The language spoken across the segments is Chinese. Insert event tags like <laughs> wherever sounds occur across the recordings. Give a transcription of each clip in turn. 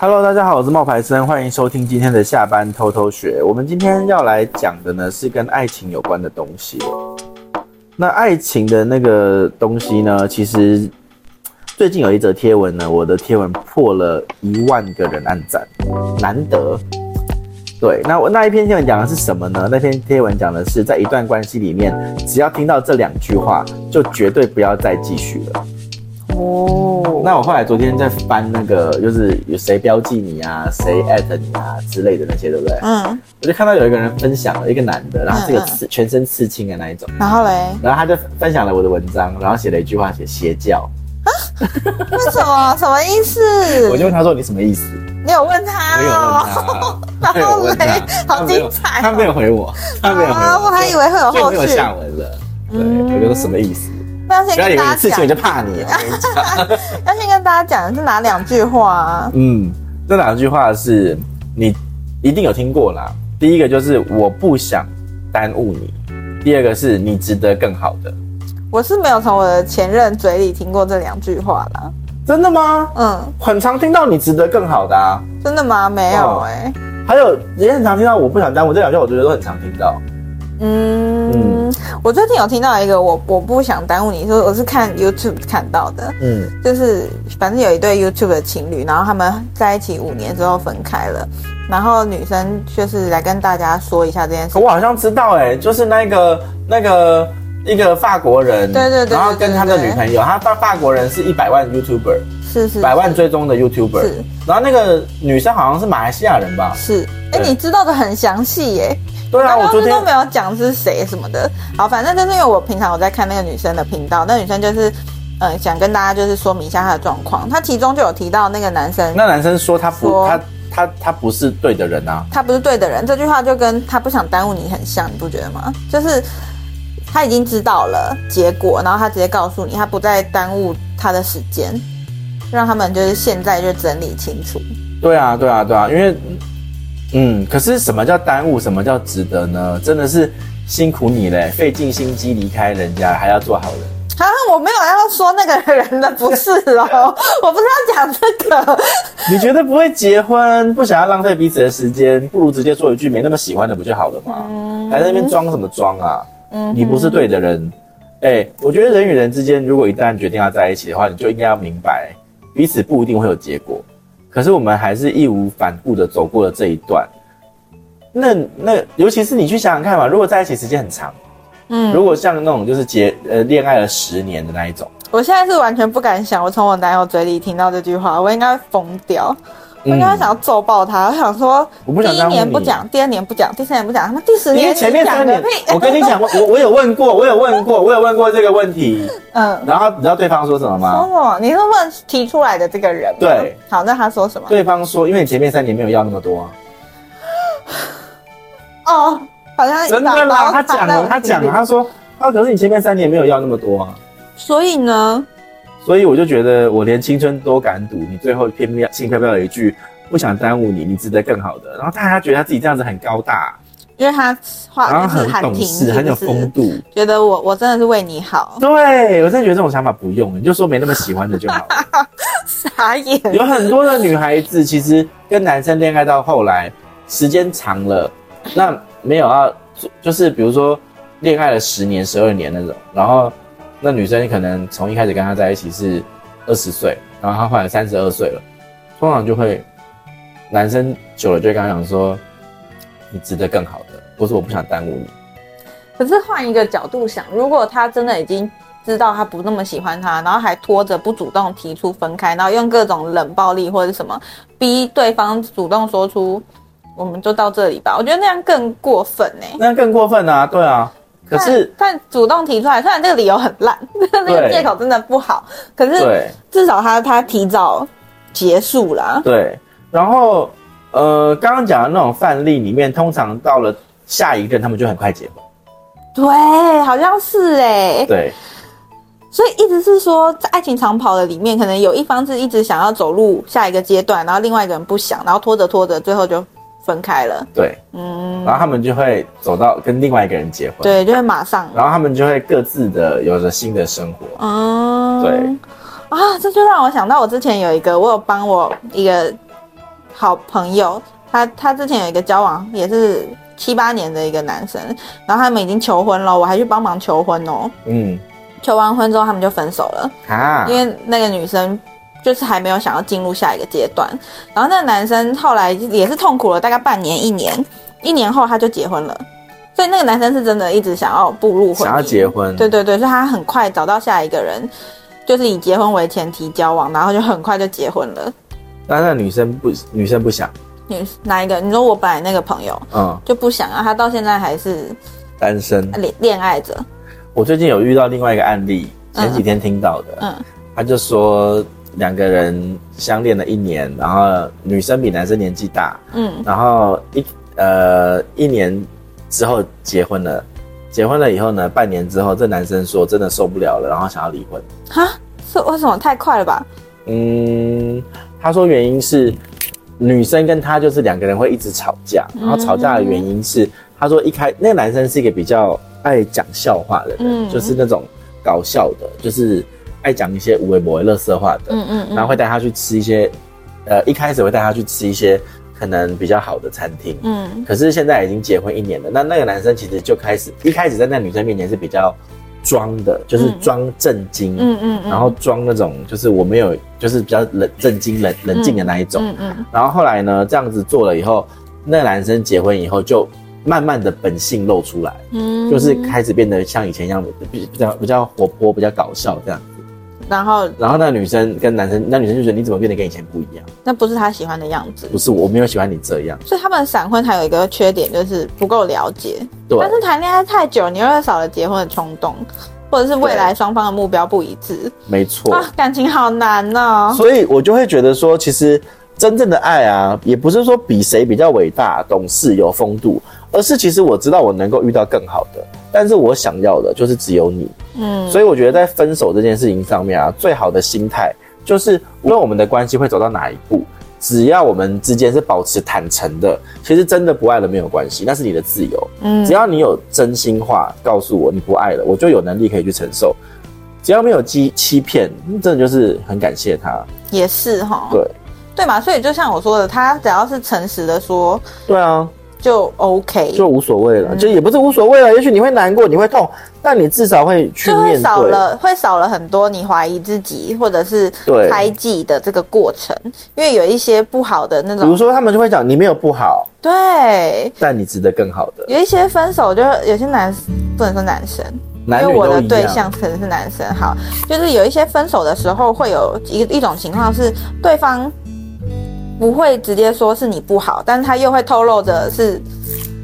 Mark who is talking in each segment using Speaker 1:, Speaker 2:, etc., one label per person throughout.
Speaker 1: Hello，大家好，我是冒牌生，欢迎收听今天的下班偷偷学。我们今天要来讲的呢是跟爱情有关的东西。哦那爱情的那个东西呢，其实最近有一则贴文呢，我的贴文破了一万个人按赞，难得。对，那我那一篇贴文讲的是什么呢？那篇贴文讲的是，在一段关系里面，只要听到这两句话，就绝对不要再继续了。
Speaker 2: 哦，
Speaker 1: 那我后来昨天在翻那个，就是有谁标记你啊，谁艾特你啊之类的那些，对不对？
Speaker 2: 嗯，
Speaker 1: 我就看到有一个人分享了一个男的，然后是个
Speaker 2: 嗯嗯
Speaker 1: 刺全身刺青的那一种，
Speaker 2: 然后嘞，
Speaker 1: 然后他就分享了我的文章，然后写了一句话写邪教，
Speaker 2: 为什么？什么意思？
Speaker 1: 我就问他说你什么意思？
Speaker 2: 你有问他
Speaker 1: 我有问
Speaker 2: 哦？
Speaker 1: 他，我
Speaker 2: 然
Speaker 1: 有
Speaker 2: 后
Speaker 1: 问
Speaker 2: 嘞
Speaker 1: 他，，
Speaker 2: 好
Speaker 1: 他没有
Speaker 2: 精彩哦！
Speaker 1: 他没有回我，他没有回
Speaker 2: 啊，
Speaker 1: 我，
Speaker 2: 我还以为会有
Speaker 1: 就
Speaker 2: 后
Speaker 1: 没有
Speaker 2: 续。
Speaker 1: 下文了。对，
Speaker 2: 嗯
Speaker 1: 我就说什么意思？
Speaker 2: 那要先
Speaker 1: 不要以为你
Speaker 2: 跟大
Speaker 1: 刺
Speaker 2: 家
Speaker 1: 青我
Speaker 2: 讲，
Speaker 1: 就怕你，啊我跟你讲。
Speaker 2: 要先跟大家讲的是哪两句话啊？
Speaker 1: 嗯，这两句话是你一定有听过啦。第一个就是我不想耽误你，第二个是你值得更好的。
Speaker 2: 我是没有从我的前任嘴里听过这两句话啦。
Speaker 1: 真的吗？
Speaker 2: 嗯，
Speaker 1: 很常听到你值得更好的啊，
Speaker 2: 真的吗？没有
Speaker 1: 哦
Speaker 2: 哎、
Speaker 1: 还有也很常听到我不想耽误这两句，我觉得都很常听到。
Speaker 2: 嗯，我最近有听到一个，我我不想耽误你，说我是看 YouTube 看到的，
Speaker 1: 嗯
Speaker 2: 就是反正有一对 YouTube 的情侣，然后他们在一起五年之后分开了，然后女生就是来跟大家说一下这件事
Speaker 1: 可。我好像知道、欸，哎，就是那个那个一个法国人，
Speaker 2: 对对对对
Speaker 1: 然后跟他的
Speaker 2: 对对
Speaker 1: 女朋友，他法法国人是一百万 YouTuber，
Speaker 2: 是是
Speaker 1: 百万追踪的 YouTuber，
Speaker 2: 是
Speaker 1: 然后那个女生好像是马来西亚人吧？
Speaker 2: 是，哎、
Speaker 1: 对
Speaker 2: 你知道的很详细耶。
Speaker 1: 对啊，
Speaker 2: 刚
Speaker 1: 我
Speaker 2: 刚
Speaker 1: 昨天
Speaker 2: 都没有讲是谁什么的。好，反正就是因为我平常我在看那个女生的频道，那女生就是嗯、呃想跟大家就是说明一下她的状况。她其中就有提到那个男生
Speaker 1: 那男生说他不，
Speaker 2: 说
Speaker 1: 他他他不是对的人啊。
Speaker 2: 他不是对的人，这句话就跟他不想耽误你很像，你不觉得吗？就是他已经知道了结果，然后他直接告诉你，他不再耽误他的时间，让他们就是现在就整理清楚。
Speaker 1: 对啊，对啊，对啊，因为，嗯，可是什么叫耽误，什么叫值得呢？真的是辛苦你嘞，费尽心机离开人家，还要做好人。
Speaker 2: 啊，我没有要说那个人的不是
Speaker 1: <laughs>
Speaker 2: 哦，我不是要讲这个。
Speaker 1: 你觉得不会结婚，不想要浪费彼此的时间，不如直接做一句没那么喜欢的不就好了吗？
Speaker 2: 嗯
Speaker 1: 还在那边装什么装啊？你不是对的人。哎、我觉得人与人之间，如果一旦决定要在一起的话，你就应该要明白，彼此不一定会有结果。可是我们还是义无反顾的走过了这一段。那那，尤其是你去想想看嘛，如果在一起时间很长，
Speaker 2: 嗯
Speaker 1: 如果像那种就是结呃恋爱了十年的那一种，
Speaker 2: 我现在是完全不敢想，我从我男友嘴里听到这句话，我应该会疯掉。我应该会想要揍爆他，我想说，
Speaker 1: 我不想
Speaker 2: 第一
Speaker 1: 耽误
Speaker 2: 年不
Speaker 1: 你
Speaker 2: 讲，第二年不讲，第三年不讲，他妈第十
Speaker 1: 因为
Speaker 2: 年
Speaker 1: 前面
Speaker 2: 你讲
Speaker 1: 三年
Speaker 2: 个屁，
Speaker 1: 我跟你讲，我我我有问过，我有问过，我有问过这个问题，
Speaker 2: <laughs> 嗯，
Speaker 1: 然后你知道对方说什么
Speaker 2: 说什
Speaker 1: 吗？
Speaker 2: 么？哦你是问提出来的这个人吗？
Speaker 1: 对。
Speaker 2: 好，那他说什么？
Speaker 1: 对方说，因为你前面三年没有要那么多啊，
Speaker 2: 哦，好像
Speaker 1: 真的啦，他讲了，他讲了，。他说，啊，可是你前面三年没有要那么多啊，
Speaker 2: 所以呢，
Speaker 1: 所以我就觉得我连青春都敢赌，你最后偏偏轻飘飘有一句不想耽误你，你值得更好的，然后但他觉得他自己这样子很高大，
Speaker 2: 因为他
Speaker 1: 然
Speaker 2: 话
Speaker 1: 后
Speaker 2: 啊
Speaker 1: 啊
Speaker 2: 就是
Speaker 1: 很
Speaker 2: 喊
Speaker 1: 懂
Speaker 2: 停，
Speaker 1: 事，
Speaker 2: 是
Speaker 1: 很有
Speaker 2: 不是
Speaker 1: 风度，
Speaker 2: 觉得我我真的是为你好， <laughs>
Speaker 1: 对我真的觉得这种想法不用，你就说没那么喜欢的就好了。
Speaker 2: 傻眼。 <laughs>
Speaker 1: 有很多的女孩子其实跟男生恋爱到后来，时间长了，那没有要做，就是比如说恋爱了十年、十二年那种，然后那女生可能从一开始跟他在一起是二十岁，然后他后来三十二岁了，通常就会男生久了就会跟他讲说，你值得更好的，或是我不想耽误你。
Speaker 2: 可是换一个角度想，如果他真的已经知道他不那么喜欢他，然后还拖着不主动提出分开，然后用各种冷暴力或者什么逼对方主动说出“我们就到这里吧”，我觉得那样更过分欸呢、
Speaker 1: 那更过分啊，对啊。可是
Speaker 2: 但但主动提出来，虽然这个理由很烂， <laughs> 那个借口真的不好，可是
Speaker 1: 对。
Speaker 2: 至少他他提早结束啦。
Speaker 1: 对，然后呃，刚刚讲的那种范例里面，通常到了下一任，他们就很快结婚。
Speaker 2: 对，好像是哎、
Speaker 1: 对，
Speaker 2: 所以意思是说，在爱情长跑的里面，可能有一方是一直想要走入下一个阶段，然后另外一个人不想，然后拖着拖着，最后就分开了。
Speaker 1: 对，
Speaker 2: 嗯，
Speaker 1: 然后他们就会走到跟另外一个人结婚，，
Speaker 2: 对，就会马上，
Speaker 1: 然后他们就会各自的有着新的生活。
Speaker 2: 嗯，
Speaker 1: 对，
Speaker 2: 啊，这就让我想到我之前有一个，我有帮我一个好朋友，他他之前有一个交往也是七八年的一个男生，然后他们已经求婚了，我还去帮忙求婚哦。
Speaker 1: 嗯
Speaker 2: 求完婚之后，他们就分手了。
Speaker 1: 啊，
Speaker 2: 因为那个女生就是还没有想要进入下一个阶段。然后那个男生后来也是痛苦了大概半年一年，一年后他就结婚了。所以那个男生是真的一直想要步入婚姻，
Speaker 1: 想要结婚，
Speaker 2: 对对对，所以他很快找到下一个人，就是以结婚为前提交往，然后就很快就结婚了。
Speaker 1: 那那女生不女生不想，
Speaker 2: 你哪一个？你说我本来那个朋友
Speaker 1: 嗯，
Speaker 2: 就不想啊，他到现在还是
Speaker 1: 单身。
Speaker 2: 恋恋爱着。
Speaker 1: 我最近有遇到另外一个案例，前几天听到的，
Speaker 2: 嗯
Speaker 1: 他就说两个人相恋了一年，然后女生比男生年纪大，
Speaker 2: 嗯
Speaker 1: 然后一呃一年之后结婚了，结婚了以后呢，半年之后这男生说真的受不了了，然后想要离婚。
Speaker 2: 哈，是为什么太快了吧？
Speaker 1: 嗯，他说原因是女生跟他就是两个人会一直吵架，然后吵架的原因
Speaker 2: 嗯
Speaker 1: 是，他说一开那个男生是一个比较爱讲笑话的人，
Speaker 2: 嗯
Speaker 1: 就是那种搞笑的，就是爱讲一些无为不为、乐色话的，
Speaker 2: 嗯嗯嗯，
Speaker 1: 然后会带他去吃一些，呃，一开始会带他去吃一些可能比较好的餐厅。
Speaker 2: 嗯
Speaker 1: 可是现在已经结婚一年了，那那个男生其实就开始一开始在那女生面前是比较装的，就是
Speaker 2: 嗯
Speaker 1: 装震惊，
Speaker 2: 嗯嗯嗯，
Speaker 1: 然后装那种就是我没有，就是比较冷震惊、冷冷静的那一种。
Speaker 2: 嗯嗯
Speaker 1: 然后后来呢，这样子做了以后，那男生结婚以后就慢慢的本性露出来，
Speaker 2: 嗯，
Speaker 1: 就是开始变得像以前一样比比较比较活泼、比较搞笑这样。
Speaker 2: 嗯然后
Speaker 1: 然后那女生跟男生，那女生就觉得你怎么变得跟以前不一样？
Speaker 2: 那不是他喜欢的样子
Speaker 1: 不。是我没有喜欢你这样，
Speaker 2: 所以他们闪婚还有一个缺点就是不够了解，
Speaker 1: 对
Speaker 2: 但是谈恋爱太久，你又会少了结婚的冲动，或者是未来双方的目标不一致
Speaker 1: 没错。
Speaker 2: 啊，感情好难哦。
Speaker 1: 所以我就会觉得说，其实真正的爱啊，也不是说比谁比较伟大、懂事、有风度，而是其实我知道我能够遇到更好的，但是我想要的就是只有你。
Speaker 2: 嗯
Speaker 1: 所以我觉得在分手这件事情上面啊，最好的心态就是，无论我们的关系会走到哪一步，只要我们之间是保持坦诚的，其实真的不爱了没有关系，那是你的自由。只
Speaker 2: 嗯
Speaker 1: 要你有真心话告诉我你不爱了，我就有能力可以去承受。只要没有欺欺骗，真的就是很感谢他。
Speaker 2: 也是哈，
Speaker 1: 对
Speaker 2: 对嘛，所以就像我说的，他只要是诚实的说
Speaker 1: 对啊，
Speaker 2: 就 OK，
Speaker 1: 就无所谓了，
Speaker 2: 嗯
Speaker 1: 就也不是无所谓了。啊也许你会难过，你会痛，但你至少会去
Speaker 2: 就会
Speaker 1: 面
Speaker 2: 少
Speaker 1: 对。
Speaker 2: 了，会少了很多你怀疑自己或者是
Speaker 1: 对
Speaker 2: 猜忌的这个过程，因为有一些不好的那
Speaker 1: 比如
Speaker 2: 种，
Speaker 1: 说，他们就会讲你没有不好，
Speaker 2: 对，
Speaker 1: 但你值得更好的。
Speaker 2: 有一些分手就有些男不能说男生，
Speaker 1: 男
Speaker 2: 因
Speaker 1: 女
Speaker 2: 为我
Speaker 1: 都
Speaker 2: 的
Speaker 1: 一
Speaker 2: 对
Speaker 1: 样。
Speaker 2: 象可能是男生，好，就是有一些分手的时候会有一一种情况是对方不会直接说是你不好，但是他又会透露着是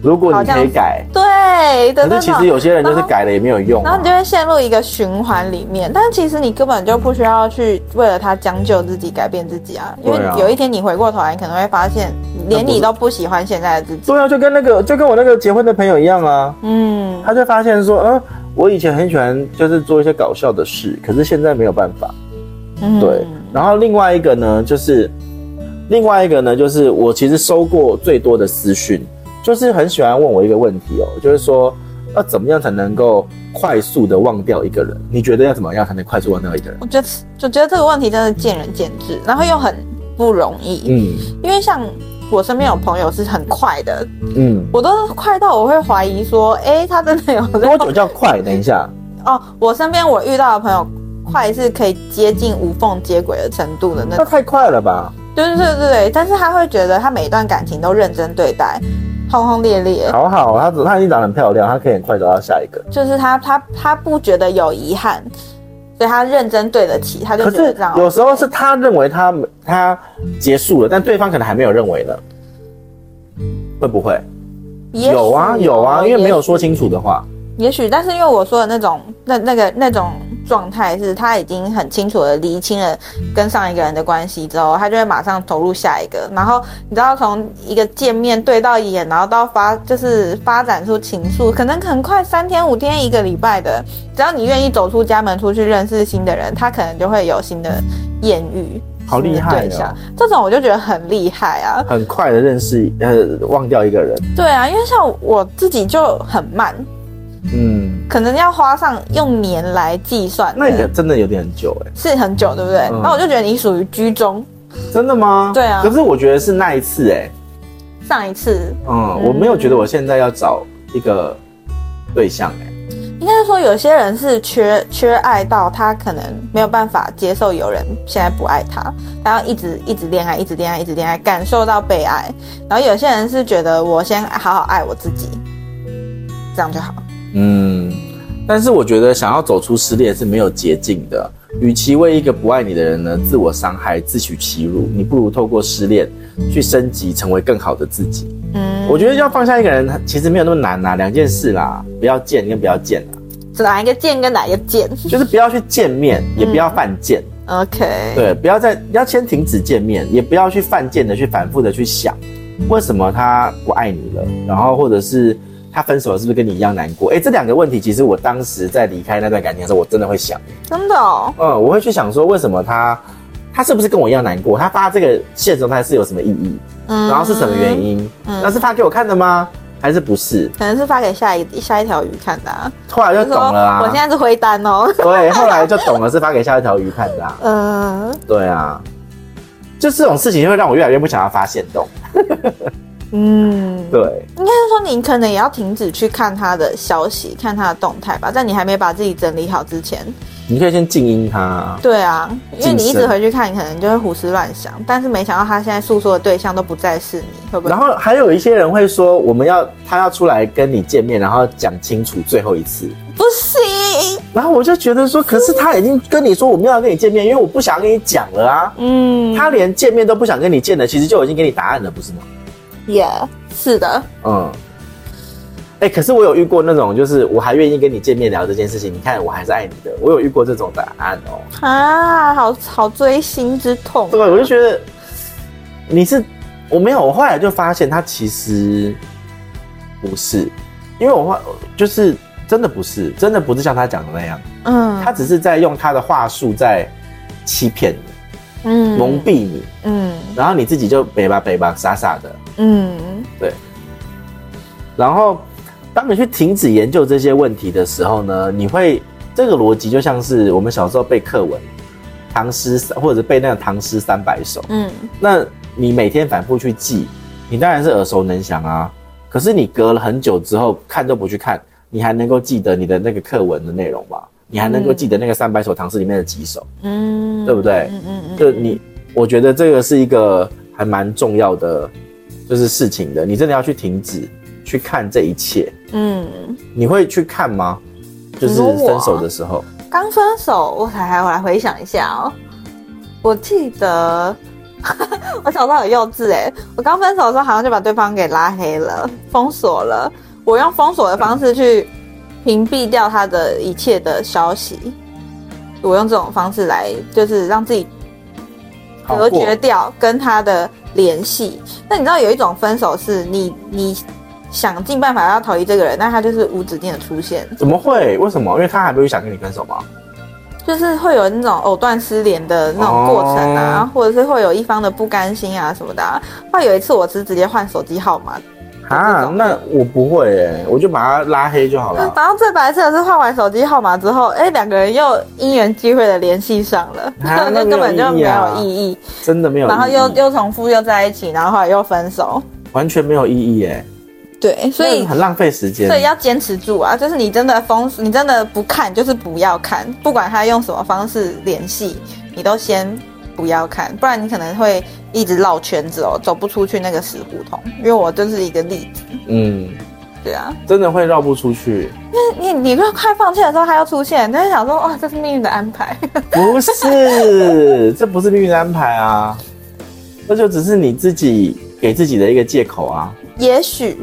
Speaker 1: 如果你可以改，
Speaker 2: 对的
Speaker 1: 可
Speaker 2: 那
Speaker 1: 是
Speaker 2: 种
Speaker 1: 其实有些人就是
Speaker 2: 然后
Speaker 1: 改了也没有用、
Speaker 2: 然后
Speaker 1: 啊
Speaker 2: 你。就会陷入一个循环里面，但其实你根本就不需要去为了他将就自己、改变自己啊，因为
Speaker 1: 对啊
Speaker 2: 有一天你回过头来，你可能会发现，连你都不喜欢现在的自己。
Speaker 1: 对啊，就跟那个就跟我那个结婚的朋友一样啊，
Speaker 2: 嗯，
Speaker 1: 他就发现说，嗯，我以前很喜欢就是做一些搞笑的事，可是现在没有办法。
Speaker 2: 嗯
Speaker 1: 对，然后另外一个呢，就是另外一个呢，就是我其实收过最多的私讯，就是很喜欢问我一个问题哦，就是说要怎么样才能够快速的忘掉一个人？你觉得要怎么样才能快速忘掉一个人？
Speaker 2: 我觉得，我觉得这个问题真的见仁见智，然后又很不容易。
Speaker 1: 嗯
Speaker 2: 因为像我身边有朋友是很快的，
Speaker 1: 嗯，
Speaker 2: 我都快到我会怀疑说，哎、他真的有在
Speaker 1: 多久叫快？等一下，
Speaker 2: <laughs> 哦？我身边我遇到的朋友，快是可以接近无缝接轨的程度的
Speaker 1: 那
Speaker 2: 那种，
Speaker 1: 太快了吧？
Speaker 2: 对对对对对，但是他会觉得他每一段感情都认真对待，轰轰烈烈，
Speaker 1: 好好，她她已经长得很漂亮，她可以很快找到下一个。
Speaker 2: 就是他他他不觉得有遗憾，所以他认真对得起，他就
Speaker 1: 可
Speaker 2: 觉得
Speaker 1: 是
Speaker 2: 这样。哦
Speaker 1: 有时候是他认为他他结束了，但对方可能还没有认为呢，会不会？
Speaker 2: 也许哦
Speaker 1: 有啊有啊，因为没有说
Speaker 2: 也许
Speaker 1: 清楚的话，
Speaker 2: 也许，但是因为我说的那种那那个那种状态是，他已经很清楚的厘清了跟上一个人的关系之后，他就会马上投入下一个。然后你知道，从一个见面对到眼，然后到发就是发展出情愫，可能很快三天五天一个礼拜的，只要你愿意走出家门出去认识新的人，他可能就会有新的艳遇。
Speaker 1: 好厉害哦
Speaker 2: 新的对象，这种我就觉得很厉害啊！
Speaker 1: 很快的认识呃忘掉一个人，
Speaker 2: 对啊，因为像我自己就很慢，
Speaker 1: 嗯，
Speaker 2: 可能要花上用年来计算的，啊
Speaker 1: 那也真的有点久哎、
Speaker 2: 是很久，对不对？
Speaker 1: 嗯
Speaker 2: 那我就觉得你属于居中，
Speaker 1: 真的吗？
Speaker 2: 对啊
Speaker 1: 可是我觉得是那一次哎、
Speaker 2: 上一次
Speaker 1: 嗯，我没有觉得我现在要找一个对象哎、
Speaker 2: 应该说有些人是缺缺爱到他可能没有办法接受有人现在不爱他，他要一直一直恋爱，一直恋爱，一直恋爱，感受到被爱。然后有些人是觉得我先好好爱我自己，这样就好。
Speaker 1: 嗯，但是我觉得想要走出失恋是没有捷径的。与其为一个不爱你的人呢自我伤害、自取其辱，你不如透过失恋去升级，成为更好的自己。
Speaker 2: 嗯，
Speaker 1: 我觉得要放下一个人，其实没有那么难啦、两件事啦，不要见跟不要见啦，
Speaker 2: 哪一个贱跟哪一个贱
Speaker 1: 就是不要去见面，
Speaker 2: 嗯
Speaker 1: 也不要犯贱。
Speaker 2: ？OK，，
Speaker 1: 对，不要再要先停止见面，也不要去犯贱的去反复的去想，为什么他不爱你了，然后或者是他分手了是不是跟你一样难过？哎，这两个问题，其实我当时在离开那段感情的时候，我真的会想，
Speaker 2: 真的哦，
Speaker 1: 嗯，我会去想说，为什么他他是不是跟我一样难过？他发这个现实中他是有什么意义？
Speaker 2: 嗯，
Speaker 1: 然后是什么原？因？那是发给我看的吗？还是不是？
Speaker 2: 可能是发给下一下一条鱼看的、啊，
Speaker 1: 后来就
Speaker 2: 就
Speaker 1: 懂了啊。
Speaker 2: 我现在是灰单哦。 <laughs>
Speaker 1: 对，后来就懂了，是发给下一条鱼看的、啊。
Speaker 2: 嗯、
Speaker 1: 对啊，就这种事情会让我越来越不想要发现动。
Speaker 2: 嗯，
Speaker 1: 对，
Speaker 2: 应该是说你可能也要停止去看他的消息，看他的动态吧，在你还没把自己整理好之前。
Speaker 1: 你可以先静音它。
Speaker 2: 对啊，因为你一
Speaker 1: 谨
Speaker 2: 直
Speaker 1: 慎
Speaker 2: 回去看，你可能就会胡思乱想。但是没想到他现在诉说的对象都不再是你，会不会
Speaker 1: 然？后还有一些人会说，我们要他要出来跟你见面，然后讲清楚最后一次。
Speaker 2: 不行，
Speaker 1: 然后我就觉得说，可是他已经跟你说我没有要跟你见面，因为我不想跟你讲了啊。
Speaker 2: 嗯，
Speaker 1: 他连见面都不想跟你见了，其实就已经给你答案了，不是吗？
Speaker 2: 也、是的，
Speaker 1: 嗯。哎、可是我有遇过那种，就是我还愿意跟你见面聊这件事情，你看我还是爱你的，我有遇过这种答案哦。
Speaker 2: 啊，好好锥心之痛。
Speaker 1: 对，啊我就觉得你是我没有，我后来就发现他其实不是，因为我后就是真的不是，真的不是像他讲的那样，
Speaker 2: 嗯
Speaker 1: 他只是在用他的话术在欺骗你、
Speaker 2: 嗯
Speaker 1: 蒙蔽你，
Speaker 2: 嗯
Speaker 1: 然后你自己就北吧北吧傻傻的，
Speaker 2: 嗯
Speaker 1: 对。然后当你去停止研究这些问题的时候呢，你会这个逻辑就像是我们小时候背课文、唐诗或者背那个唐诗三百首。
Speaker 2: 嗯
Speaker 1: 那你每天反复去记，你当然是耳熟能详啊。可是你隔了很久之后看都不去看，你还能够记得你的那个课文的内容吗？你还能够记得那个三百首唐诗里面的几首？
Speaker 2: 嗯，
Speaker 1: 对不对
Speaker 2: 嗯嗯
Speaker 1: 就你，我觉得这个是一个还蛮重要的，就是事情的。你真的要去停止去看这一切，
Speaker 2: 嗯。嗯
Speaker 1: 你会去看吗？就是
Speaker 2: 如果
Speaker 1: 分手的时候，
Speaker 2: 刚分手，我才我来回想一下哦，我记得 <laughs> 我小时候很幼稚哎、我刚分手的时候好像就把对方给拉黑了，封锁了，我用封锁的方式去屏蔽掉他的一切的消息，我用这种方式来就是让自己
Speaker 1: 好
Speaker 2: 隔
Speaker 1: 过
Speaker 2: 绝掉跟他的联系。那你知道有一种分手是你你想尽办法要逃离这个人，但他就是无止境的出现。
Speaker 1: 怎么会？为什么？因为他还不是想跟你分手吗？
Speaker 2: 就是会有那种藕断丝连的那种过程啊，
Speaker 1: 哦
Speaker 2: 或者是会有一方的不甘心啊什么的、啊。后来有一次我是直接换手机号码，
Speaker 1: 啊，那我不会诶、我就把他拉黑就好了。
Speaker 2: 然后最白痴的是换完手机号码之后，哎、两个人又因缘际会的联系上了，
Speaker 1: 啊
Speaker 2: <laughs> 就根本就
Speaker 1: 那没有意
Speaker 2: 没
Speaker 1: 义啊
Speaker 2: 有意义。
Speaker 1: 真的没有意义，
Speaker 2: 然后又又重复又在一起，然后后来又分手。
Speaker 1: 完全没有意义哎，
Speaker 2: 对，所以
Speaker 1: 那很浪费时间
Speaker 2: 所。以要坚持住啊！就是你真的封，你真的不看，就是不要看，不管他用什么方式联系，你都先不要看，不然你可能会一直绕圈子哦，走不出去那个死胡同。因为我就是一个例子，
Speaker 1: 嗯，
Speaker 2: 对啊，
Speaker 1: 真的会绕不出去。
Speaker 2: 你你就快放弃的时候，他又出现，你就会想说，哇，这是命运的安排。 <laughs>
Speaker 1: 不是，这不是命运的安排啊，这就只是你自己给自己的一个借口啊。
Speaker 2: 也许，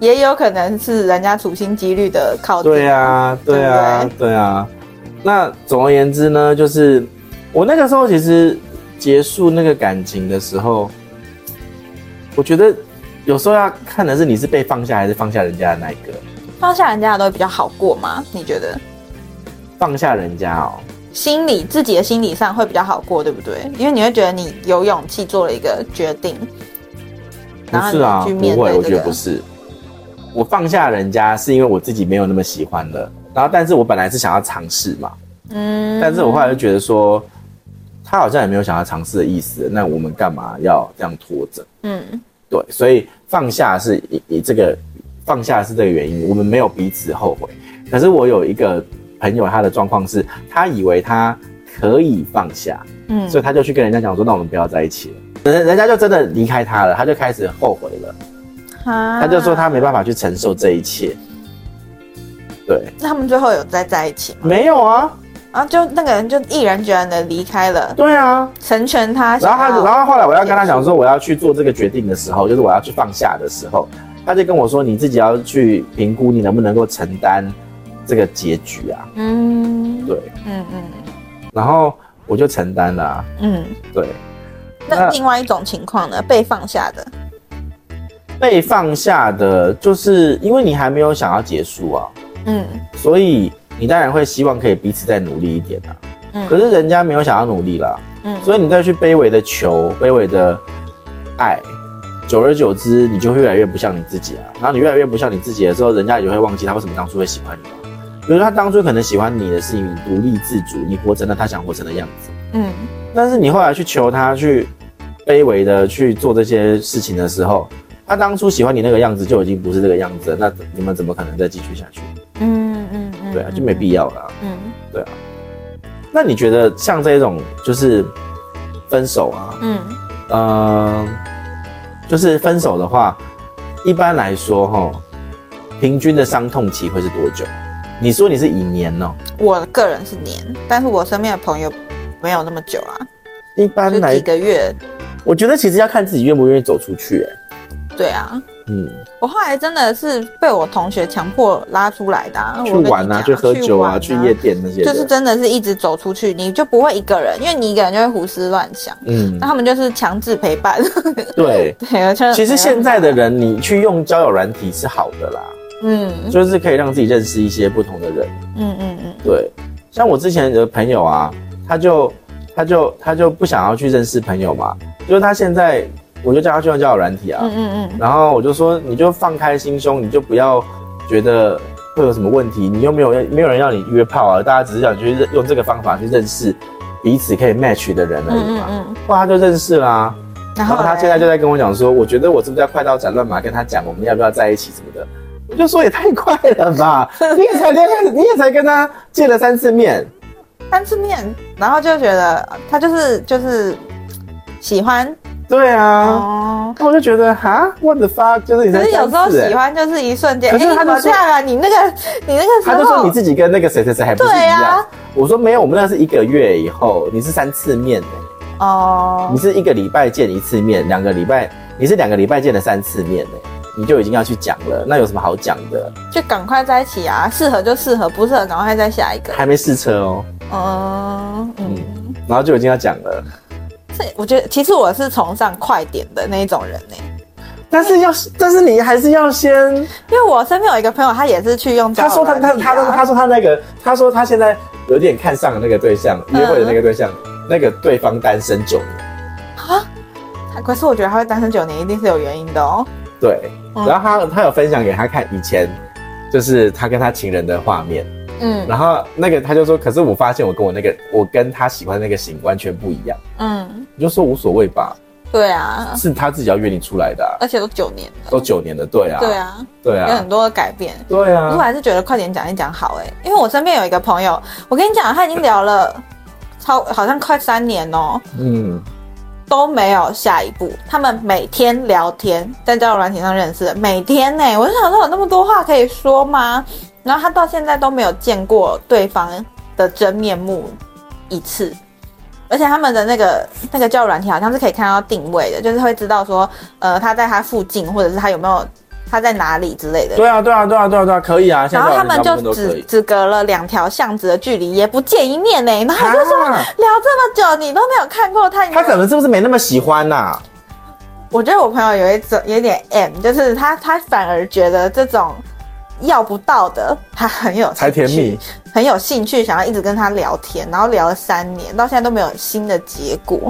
Speaker 2: 也有可能是人家处心积虑的靠近。
Speaker 1: 对啊，对啊
Speaker 2: 对不，
Speaker 1: 对啊。那总而言之呢，就是我那个时候其实结束那个感情的时候，我觉得有时候要看的是你是被放下还是放下人家的那一个，
Speaker 2: 放下人家的都会比较好过吗？你觉得？
Speaker 1: 放下人家哦。
Speaker 2: 心理自己的心理上会比较好过，对不对？因为你会觉得你有勇气做了一个决定，
Speaker 1: 不
Speaker 2: 然后
Speaker 1: 是啊，
Speaker 2: 你去
Speaker 1: 不
Speaker 2: 面
Speaker 1: 会，
Speaker 2: 对
Speaker 1: 我
Speaker 2: 这
Speaker 1: 觉
Speaker 2: 个
Speaker 1: 得不是。我放下人家是因为我自己没有那么喜欢了，然后但是我本来是想要尝试嘛，
Speaker 2: 嗯
Speaker 1: 但是我后来就觉得说，他好像也没有想要尝试的意思，那我们干嘛要这样拖着？
Speaker 2: 嗯，
Speaker 1: 对，所以放下是以以这个放下是这个原因，我们没有彼此后悔。可是我有一个朋友，他的状况是，他以为他可以放下，
Speaker 2: 嗯
Speaker 1: 所以他就去跟人家讲说，那我们不要在一起了。人人家就真的离开他了，他就开始后悔了，
Speaker 2: 他
Speaker 1: 他就说他没办法去承受这一切。对，
Speaker 2: 那他们最后有再在一起吗？
Speaker 1: 没有啊，
Speaker 2: 然后就那个人就毅然决然的离开了，
Speaker 1: 对啊，
Speaker 2: 成全他想
Speaker 1: 然后
Speaker 2: 要。
Speaker 1: 他，然后后来我要跟他讲说，我要去做这个决定的时候，就是我要去放下的时候，他就跟我说，你自己要去评估你能不能够承担这个结局啊。
Speaker 2: 嗯，
Speaker 1: 对，
Speaker 2: 嗯嗯
Speaker 1: 然后我就承担了、啊。
Speaker 2: 嗯。
Speaker 1: 对，
Speaker 2: 那
Speaker 1: 那
Speaker 2: 另外一种情况呢？被放下的，
Speaker 1: 被放下的就是因为你还没有想要结束啊，
Speaker 2: 嗯
Speaker 1: 所以你当然会希望可以彼此再努力一点啊。
Speaker 2: 嗯
Speaker 1: 可是人家没有想要努力啦，
Speaker 2: 嗯，
Speaker 1: 所以你再去卑微的求、卑微的爱，久而久之，你就会越来越不像你自己啊。然后你越来越不像你自己的时候，人家也会忘记他为什么当初会喜欢你啊。比如说他当初可能喜欢你的是你独立自主，你活成了他想活成的样子。
Speaker 2: 嗯
Speaker 1: 但是你后来去求他去卑微的去做这些事情的时候，他当初喜欢你那个样子就已经不是这个样子了，那你们怎么可能再继续下去？
Speaker 2: 嗯嗯嗯，
Speaker 1: 对啊，就没必要了啊、
Speaker 2: 嗯。
Speaker 1: 那你觉得像这种就是分手啊，
Speaker 2: 嗯嗯
Speaker 1: 嗯，就是分手的话，一般来说哈，平均的伤痛期会是多久？你说你是以年哦、
Speaker 2: 我个人是年，但是我身边的朋友没有那么久啊，
Speaker 1: 一般
Speaker 2: 就
Speaker 1: 来
Speaker 2: 几，个月。
Speaker 1: 我觉得其实要看自己愿不愿意走出去、欸。
Speaker 2: 对啊，
Speaker 1: 嗯，
Speaker 2: 我后来真的是被我同学强迫拉出来的、啊，
Speaker 1: 去
Speaker 2: 我跟你
Speaker 1: 玩啊，
Speaker 2: 讲
Speaker 1: 去喝酒啊，去
Speaker 2: 玩
Speaker 1: 夜店那些的，
Speaker 2: 就是真的是一直走出去，你就不会一个人，因为你一个人就会胡思乱想。
Speaker 1: 嗯
Speaker 2: 那，他们就是强制陪伴，
Speaker 1: 对。
Speaker 2: 对，我真的
Speaker 1: 其实现在的，人，你去用交友软体是好的啦，
Speaker 2: 嗯
Speaker 1: 就是可以让自己认识一些不同的人。
Speaker 2: 嗯嗯嗯，
Speaker 1: 对，像我之前的朋友啊，他就他就他就不想要去认识朋友嘛，就是他现在我就叫他去用交友软体啊，
Speaker 2: 嗯嗯嗯，
Speaker 1: 然后我就说你就放开心胸，你就不要觉得会有什么问题，你又没有没有人要你约炮啊，大家只是想去认用这个方法去认识彼此可以 match 的人而已
Speaker 2: 嗯
Speaker 1: 嘛。
Speaker 2: 嗯
Speaker 1: 哇，他就认识啦、
Speaker 2: 嗯，
Speaker 1: 然后他
Speaker 2: 嘞
Speaker 1: 现在就在跟我讲说，我觉得我是不是要快刀斩乱麻跟他讲，我们要不要在一起什么的。我就说也太快了吧，你也才刚开始，你也才跟他见了三次面，
Speaker 2: 三次面，然后就觉得呃他就是就是喜欢
Speaker 1: 对啊，
Speaker 2: 哦。
Speaker 1: 那我就觉得哈，what the fuck，就是你
Speaker 2: 可
Speaker 1: 才
Speaker 2: 是有
Speaker 1: 三
Speaker 2: 时候
Speaker 1: 次、
Speaker 2: 喜
Speaker 1: 欸，
Speaker 2: 欢就是一瞬间，
Speaker 1: 可是
Speaker 2: 哎
Speaker 1: 他就
Speaker 2: 吵架了，你那个你那个时
Speaker 1: 欸他
Speaker 2: 候，
Speaker 1: 就说你自己跟那个谁谁谁还不是一
Speaker 2: 对
Speaker 1: 样。
Speaker 2: 啊
Speaker 1: 我说没有，我们那是一个月以后，你是三次面、欸，
Speaker 2: 哦
Speaker 1: 你，是一个礼拜见一次面，两个礼拜你是两个礼拜见了三次面、欸，你就已经要去讲了，那有什么好讲的？
Speaker 2: 就赶快在一起啊，适合就适合，不适合赶快再下一个。
Speaker 1: 还没试车哦，
Speaker 2: 嗯嗯，
Speaker 1: 然后就已经要讲了。
Speaker 2: 这我觉得其实我是崇尚快点的那一种人呢、
Speaker 1: 但是要，但是你还是要先。
Speaker 2: 因为我身边有一个朋友，他也是去用交
Speaker 1: 他
Speaker 2: 友
Speaker 1: 说他他
Speaker 2: 软体啊
Speaker 1: 他他他说他那个，他说他现在有点看上了那个对象，
Speaker 2: 嗯
Speaker 1: 约会的那个对象，那个对方单身九年，
Speaker 2: 可是我觉得他会单身九年一定是有原因的哦。
Speaker 1: 对。
Speaker 2: 嗯
Speaker 1: 然后他他有分享给他看以前，就是他跟他情人的画面，
Speaker 2: 嗯
Speaker 1: 然后那个他就说，可是我发现我跟我那个我跟他喜欢那个型完全不一样。
Speaker 2: 嗯，
Speaker 1: 你就说无所谓吧，
Speaker 2: 对啊，
Speaker 1: 是他自己要约你出来的啊、
Speaker 2: 而且都九年了，
Speaker 1: 都九年了，对啊，
Speaker 2: 对，啊，
Speaker 1: 对
Speaker 2: 有
Speaker 1: 啊
Speaker 2: 很，多的改变。
Speaker 1: 对
Speaker 2: 可是
Speaker 1: 啊
Speaker 2: 我。还是觉得快点讲一讲好哎、因为我身边有一个朋友，我跟你讲，他已经聊了超好像快三年哦、
Speaker 1: 嗯，
Speaker 2: 都没有下一步。他们每天聊天，在交友软体上认识的，每天呢、我就想说有那么多话可以说吗？然后他到现在都没有见过对方的真面目一次。而且他们的那个那个交友软体好像是可以看到定位的，就是会知道说，呃，他在他附近，或者是他有没有他在哪里之类的。
Speaker 1: 对啊，对啊，对啊，对啊，对啊，可以啊。现
Speaker 2: 然
Speaker 1: 在我
Speaker 2: 后他们
Speaker 1: 大部分都
Speaker 2: 就
Speaker 1: 可
Speaker 2: 只
Speaker 1: 以。
Speaker 2: 只隔了两条巷子的距离，也不见一面呢、然后我就说、
Speaker 1: 啊
Speaker 2: 聊这么久，你都没有看过他，你
Speaker 1: 他可能是不是没那么喜欢呐、
Speaker 2: 我觉得我朋友有一种有一点 M，就是他他反而觉得这种要不到的，他很有兴趣
Speaker 1: 才甜蜜，
Speaker 2: 很有兴趣，想要一直跟他聊天，然后聊了三年，到现在都没有新的结果。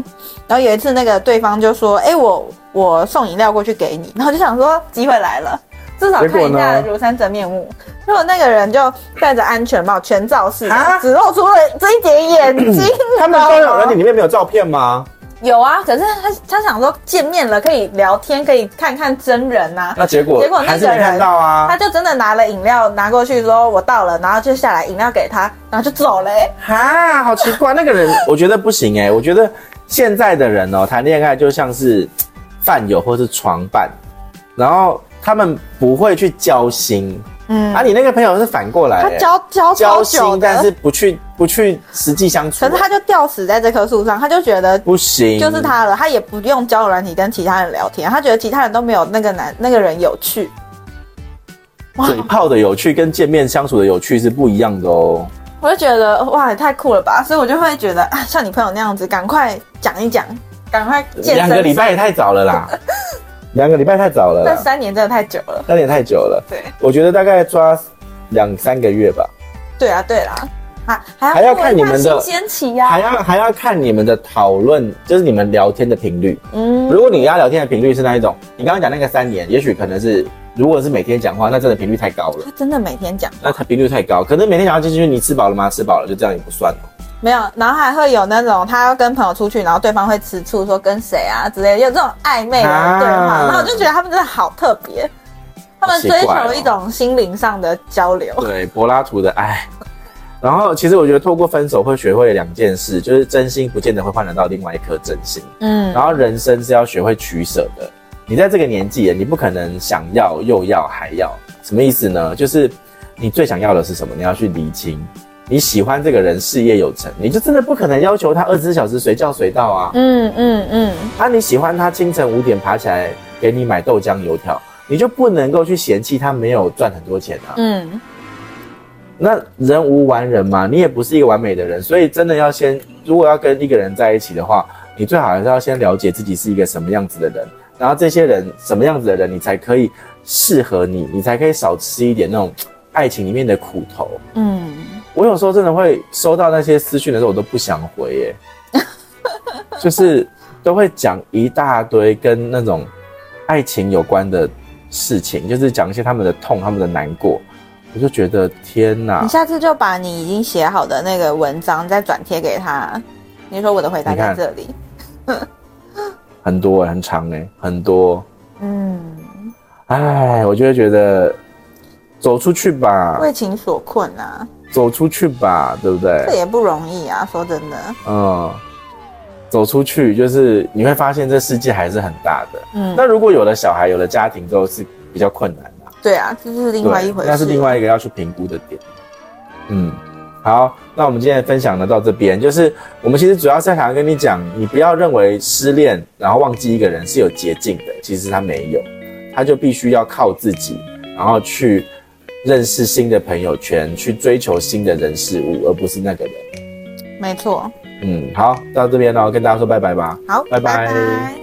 Speaker 2: 然后有一次，那个对方就说：“哎、我我送饮料过去给你。”然后我就想说，机会来了，至少
Speaker 1: 结
Speaker 2: 看
Speaker 1: 果
Speaker 2: 一下
Speaker 1: 呢
Speaker 2: 庐山真面目。如果那个人就戴着安全帽，全罩式的
Speaker 1: 啊，，
Speaker 2: 只露出了这一点眼睛
Speaker 1: 他们交友软
Speaker 2: 你
Speaker 1: 体里
Speaker 2: 知道吗
Speaker 1: 面没有照片吗？
Speaker 2: 有啊，可是他他想说见面了可以聊天，可以看看真人呐、
Speaker 1: 那结果
Speaker 2: 结果那个
Speaker 1: 还是没看到啊
Speaker 2: 他？就真的拿了饮料拿过去说我到了，然后就下来饮料给他，然后就走了、欸
Speaker 1: 哈，好奇怪，那个人 <laughs> 我觉得不行哎、我觉得现在的人哦、谈恋爱就像是饭友或是床伴，然后他们不会去交心。
Speaker 2: 嗯，
Speaker 1: 啊，你那个朋友是反过来、
Speaker 2: 他
Speaker 1: 欸，
Speaker 2: 交交超
Speaker 1: 交
Speaker 2: 久
Speaker 1: 心，
Speaker 2: 的，
Speaker 1: 但是不去不去实际相处、
Speaker 2: 可是他就吊死在这棵树上，他就觉得
Speaker 1: 不行，
Speaker 2: 就是他了，他也不用交友软体跟其他人聊天，他觉得其他人都没有那个男那个人有趣。
Speaker 1: 嘴炮的有趣跟见面相处的有趣是不一样的哦。
Speaker 2: 我就觉得哇，也太酷了吧！所以我就会觉得啊，像你朋友那样子，赶快讲一讲，赶快
Speaker 1: <laughs>
Speaker 2: 健身。
Speaker 1: 两个礼拜也太早了啦， <laughs> 两个礼拜太早了
Speaker 2: 这
Speaker 1: 啦，
Speaker 2: 三年真的太久了。
Speaker 1: 三点太久了。
Speaker 2: 对
Speaker 1: 我觉得大概抓两三个月吧，
Speaker 2: 对啊，对啦，还还要
Speaker 1: 还要看你们的
Speaker 2: 看新鲜期呀、
Speaker 1: 还要还要看你们的讨论，就是你们聊天的频率。
Speaker 2: 嗯，
Speaker 1: 如果你要聊天的频率是那一种，你刚刚讲那个三年，也许可能是如果是每天讲话，那真的频率太高了 <laughs>
Speaker 2: 他。真的每天讲
Speaker 1: 那它频率太高，可能每天讲话就是你吃饱了吗？吃饱了就这样也不算了。
Speaker 2: 没有，然后还会有那种他要跟朋友出去，然后对方会吃醋说跟谁啊之类的，有这种暧昧的
Speaker 1: 啊
Speaker 2: 对话，然后我就觉得他们真的好特别，他们
Speaker 1: 好奇
Speaker 2: 追
Speaker 1: 怪哦
Speaker 2: 求一种心灵上的交流。
Speaker 1: 对，柏拉图的爱。然后，其实我觉得透过分手会学会两件事，就是真心不见得会换得到另外一颗真心。
Speaker 2: 嗯，
Speaker 1: 然后，人生是要学会取舍的。你在这个年纪，你不可能想要又要还要，什么意思呢？就是你最想要的是什么？你要去厘清。你喜欢这个人，事业有成，你就真的不可能要求他二十四小时随叫随到啊。
Speaker 2: 嗯嗯嗯，
Speaker 1: 啊，你喜欢他清晨五点爬起来给你买豆浆油条，你就不能够去嫌弃他没有赚很多钱啊。
Speaker 2: 嗯，
Speaker 1: 那人无完人嘛，你也不是一个完美的人，所以真的要先，如果要跟一个人在一起的话，你最好还是要先了解自己是一个什么样子的人，然后这些人什么样子的人，你才可以适合你，你才可以少吃一点那种爱情里面的苦头。
Speaker 2: 嗯，
Speaker 1: 我有时候真的会收到那些私讯的时候，我都不想回耶，就是都会讲一大堆跟那种爱情有关的事情，就是讲一些他们的痛、他们的难过，我就觉得天哪
Speaker 2: 你！下次就把你已经写好的那个文章再转贴给他。你说我的回答
Speaker 1: 你看
Speaker 2: 在这里。
Speaker 1: 很多、欸、很长哎、很多。
Speaker 2: 嗯，
Speaker 1: 唉，我就会觉得走出去吧，
Speaker 2: 为情所困啊，
Speaker 1: 走出去吧，对不
Speaker 2: 这
Speaker 1: 对？
Speaker 2: 也不容易啊。说真的，
Speaker 1: 嗯，走出去就是你会发现这世界还是很大的。
Speaker 2: 嗯，
Speaker 1: 那如果有了小孩，有了家庭之后是比较困难的、
Speaker 2: 对啊，这是另外一
Speaker 1: 对
Speaker 2: 回事。
Speaker 1: 那是另外一个要去评估的点。嗯，好，那我们今天的分享呢到这边，就是我们其实主要是想要跟你讲，你不要认为失恋然后忘记一个人是有捷径的，其实他没有，他就必须要靠自己，然后去认识新的朋友圈，去追求新的人事物，而不是那个人。
Speaker 2: 没错。
Speaker 1: 哦嗯，好，到这边喽，跟大家说拜拜吧。
Speaker 2: 好，
Speaker 1: 拜拜
Speaker 2: 拜